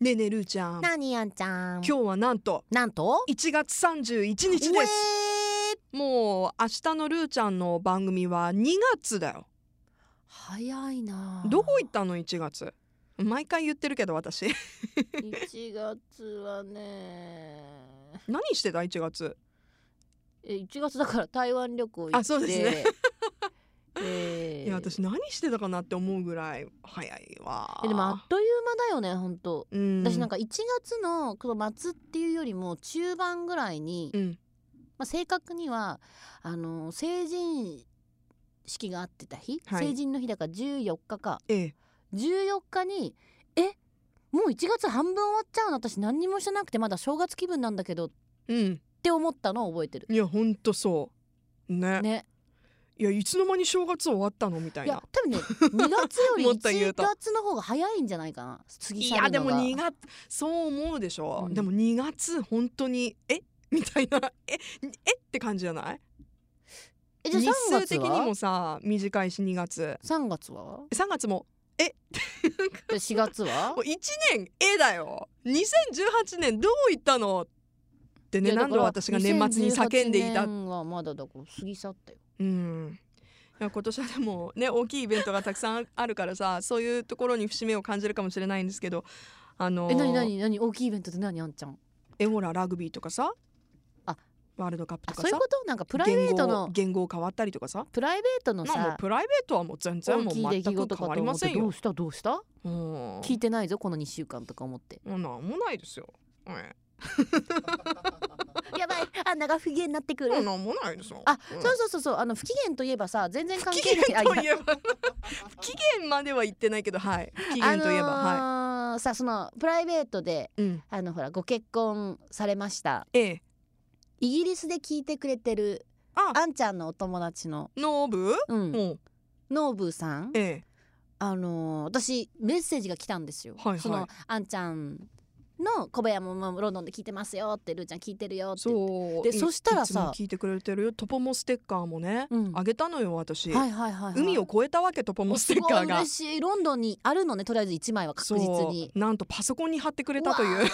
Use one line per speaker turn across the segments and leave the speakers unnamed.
ねえねえルーちゃん
なにやんちゃん
今日はなんと
なんと
1月31日
う
で
え
す
ー
もう明日のルーちゃんの番組は2月だよ
早いな
どこ行ったの1月毎回言ってるけど私
1月はね
何してた1月
え1月だから台湾旅行行って
あそうですね
えー
いや私何してたかなって思うぐらい早いわ
えでもあっという間だよね本当
うん
私なんか1月のこの末っていうよりも中盤ぐらいに、
うん
まあ、正確にはあの成人式があってた日、
はい
成人の日だから14日か
ええ
14日にえもう1月半分終わっちゃうの私何にもしてなくてまだ正月気分なんだけどっ
うん
て思ったのを覚えてる。
いやほんとそうね
ね、
いやいつの間に正月終わったのみたい
いや
な
多分 ね2月より
もっと言う
1
と
月の方が早いんじゃないかな過ぎ
い
去るの
や
が
でも2月そう思うでしょ、
うん
でも2月本当にえみたいなええって感じじゃない
えじゃ
日
あ3
数
月
的に
は
もさ短いし2月
3月は
3月も
で4月は
もう1年えだよ2018年どういったのって
い
ね
やだ
何度
から
私が年末に叫んでいた
2018年はまだだから過ぎ去ったよ
うんいや今年はでもね大きいイベントがたくさんあるからさ そういうところに節目を感じるかもしれないんですけどあの
え何何何大きいイベントって何あんちゃん
えほらラグビーとかさ
あ
ワールドカップ
あ
と
そう
か
いう
さ
ことなんかプライベートの
言語を変わったりとかさ
プライベートの
まあもう
さ
プライベートはもう全然
大
もう
きい出来
全
事
く
か
変わ
と
り
思
ま
っ
せ
て
ん
どう
よ。
したどうした
うん
聞いてないぞこの2週間とか思って
もうなんもないですよ。え
やばいあんなが不機嫌になってく
え
る
もうなんもないですよ。
あ
うん
そうそうそうそうあの不機嫌といえばさ全然関
期
係ない
限とい
え
えば不 期限までは言ってないけどはい期限といえば、はい
はいさそのプライベートで
うん
あのほらご結婚されました
ええ
イギリスで聞いてくれてる
あ
あんちゃんのお友達の
ノーブ
うん
もう
ノーブーさん
ええ
あのー私メッセージが来たんですよ。
はいはい
そのあんちゃんの小部屋もまあロンドンで聞いてますよってルーちゃん聞いてるよって言って
そう
で
い
そしたらさ
いつも聞いてくれてるよトポモステッカーもね、
うん
あげたのよ私、
はいはいはいはい、
海を越えたわけトポモステッカー
うわ
が
嬉しいロンドンにあるのねとりあえず1枚は確実に
そうなんとパソコンに貼ってくれたという
わ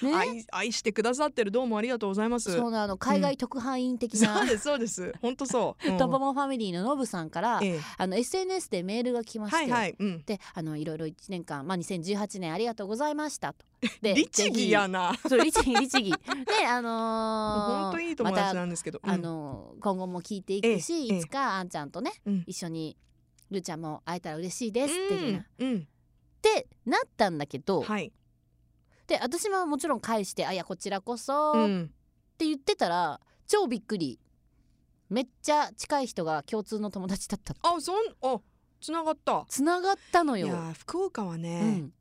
ーね
愛愛してくださってるどうもありがとうございます。
そうなの海外特派員的な、
そうですそうです。本当 そう。うん
トボモファミリーのノブさんから、
ええ
あの SNS でメールが来まして、
はいはい。うん。
であのいろいろ1年間、まあ、2018年ありがとうございました と。で
律儀やな。
そう律儀律儀であのー
本当いい友達
ま
なんですけど。
た、あのー今後も聞いていくし、
ええ
いつかあんちゃんとね、
うん
一緒にるーちゃんも会えたら嬉しいで
う
すっていうな、っ
んうん。
てなったんだけど、
はい。
で私ももちろん返して「あいやこちらこそ」
う
っ
ん。
て言ってたら超びっくりめっちゃ近い人が共通の友達だった
あそんあつながった。
つながったの
い
よ、
や福岡は
う
ね
ん、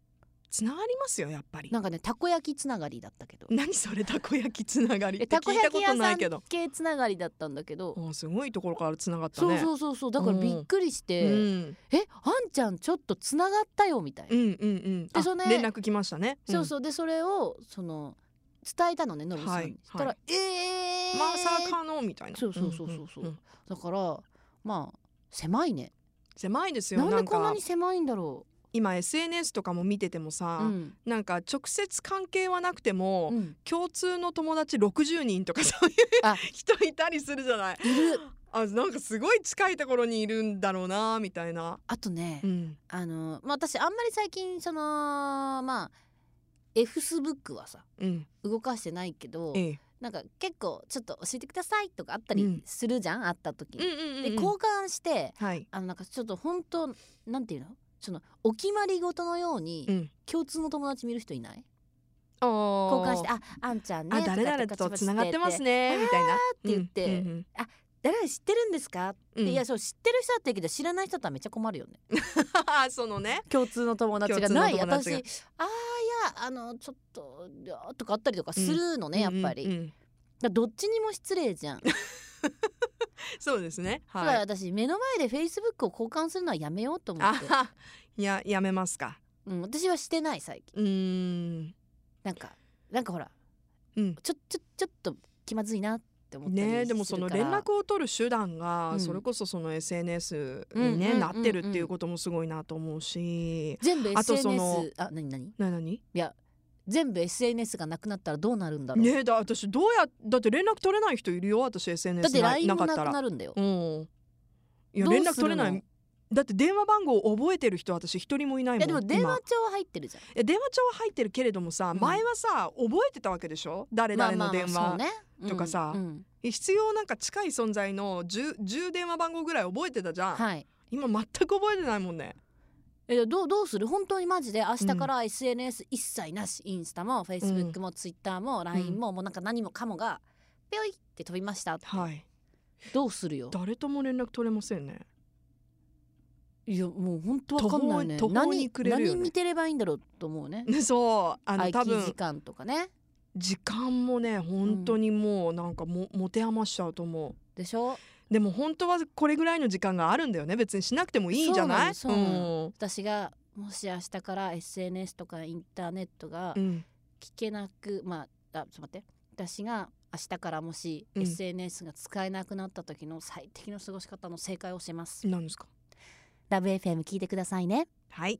つながりますよやっぱり
な。んかねたこ焼きつながりだったけど
何それたこ焼きつながりっ
え
て
たこ
聞いた
焼き
こと
屋
な
さ
い
ん
けど。
系つながりだったんだけど、
あすごいところからつながった
そう
ね。
そうそうそうだからびっくりして、
うん
えあんちゃんちょっとつながったよみたいな、
うんうんうん。あ
でそのね
連絡来ましたね。。
そうんそうでそれをその伝えたのねノブさんに、
はい
そしたら、
は
えー、
まさかのみたいな。
そうそうそうそうそうん
んん
だからまあ狭いね
狭いですよ。
なん
な
で
ん
こんな
か
に狭いんだろ
今 SNS とかも見てても
う、
さ、
うん
なんか直接関係はなくても、
うん、
共通の友達60人とかそういう
あ
人いたりするじゃない
いる
あなんかすごい近いところにいるんだろうなみたいな、
あとね、
うん、
あの、まあ、私あんまり最近そのまあ F スブックはさ
うん、
動かしてないけど
ええ、
なんか結構ちょっと教えてくださいとかあったりするじゃん、あった時
うん
に。
うんうん
で交換して、
はい
あのなんかちょっと本当なんていうのそのお決まり事のように、
うん
共通の友達見る人いない
交
交換して「ああんちゃんね」
あ誰々
とか
と
って
つながってます
ね
ねみたいな
て言って
うんうん
誰々知ってるんですか
うんうん
いやそう知ってる人だったらいいけど知らない人だったらめっちゃ困るよね
そのね
共通の友達がない
共通の友
私
達が
「あーいやあのちょっといや」とかあったりとかするのね、やっぱり、
うんう
だか
んうん
らどっちにも失礼じゃん、だ
そうですね
か
は
ら
い
私目の前でフェイスブックを交換するのはやめようと思って、
あいややめますか
うん、私はしてない最近
うーん
なんかなんかほら
うん
ちょちょちょっと気まずいなっって思ったりするから
ね、でもその連絡を取る手段が、
うん
それこそその SNS に、
うんうんうんう
ね
ん
なってるっていうこともすごいなと思うし。
全部
あとそ
SNS
の
あ何何
なに
いや全部 SNS がなくなったらどうなるんだろう、
ねえだ私どうやだって連絡取れない人いるよ私
だっ
SNS
て
な
LINE
なか
も
っ
な
た
く
ら
な。るんだよ
うん、いや
どう
連
する
絡取れ
の
ないだって電話番号を覚えてる人私一人もいないもん
いやでも電
今
話帳は入ってるじゃん
いや電話帳は入ってるけれどもさ、
うん
前はさ覚えてたわけでしょ誰々の電話、
まあまあまあそうね
とかさ
うんうん
必要なんか近い存在の 10, 10電話番号ぐらい覚えてたじゃん、
はい
今全く覚えてないもんね
えじゃあどうどうする本当にマジで明日から SNS 一切なし、インスタも Facebook も Twitter も LINE も、もうなんか何もかもがぴょいって飛びましたって
はい
どうするよ
誰とも連絡取れませんね
いやもう本当わかんないね
途方途方に暮れるよね
何何見てればいいんだろうと思うね
ね そうあの多
空き時
分
間とかね
時間もね本当にもうなんかも持て余しちゃうと思う
でしょ
でも本当はこれぐらいの時間があるんだよね別にしなくてもいいじゃない
そうなのそうな
うん
私がもし明日から SNS とかインターネットが
うん
聞けなく、まああちょっと待って私が明日からもし
うん
SNS が使えなくなった時の最適の過ごし方の正解を教えます、
何ですか
ラブ FM 聞いてくださいね
はい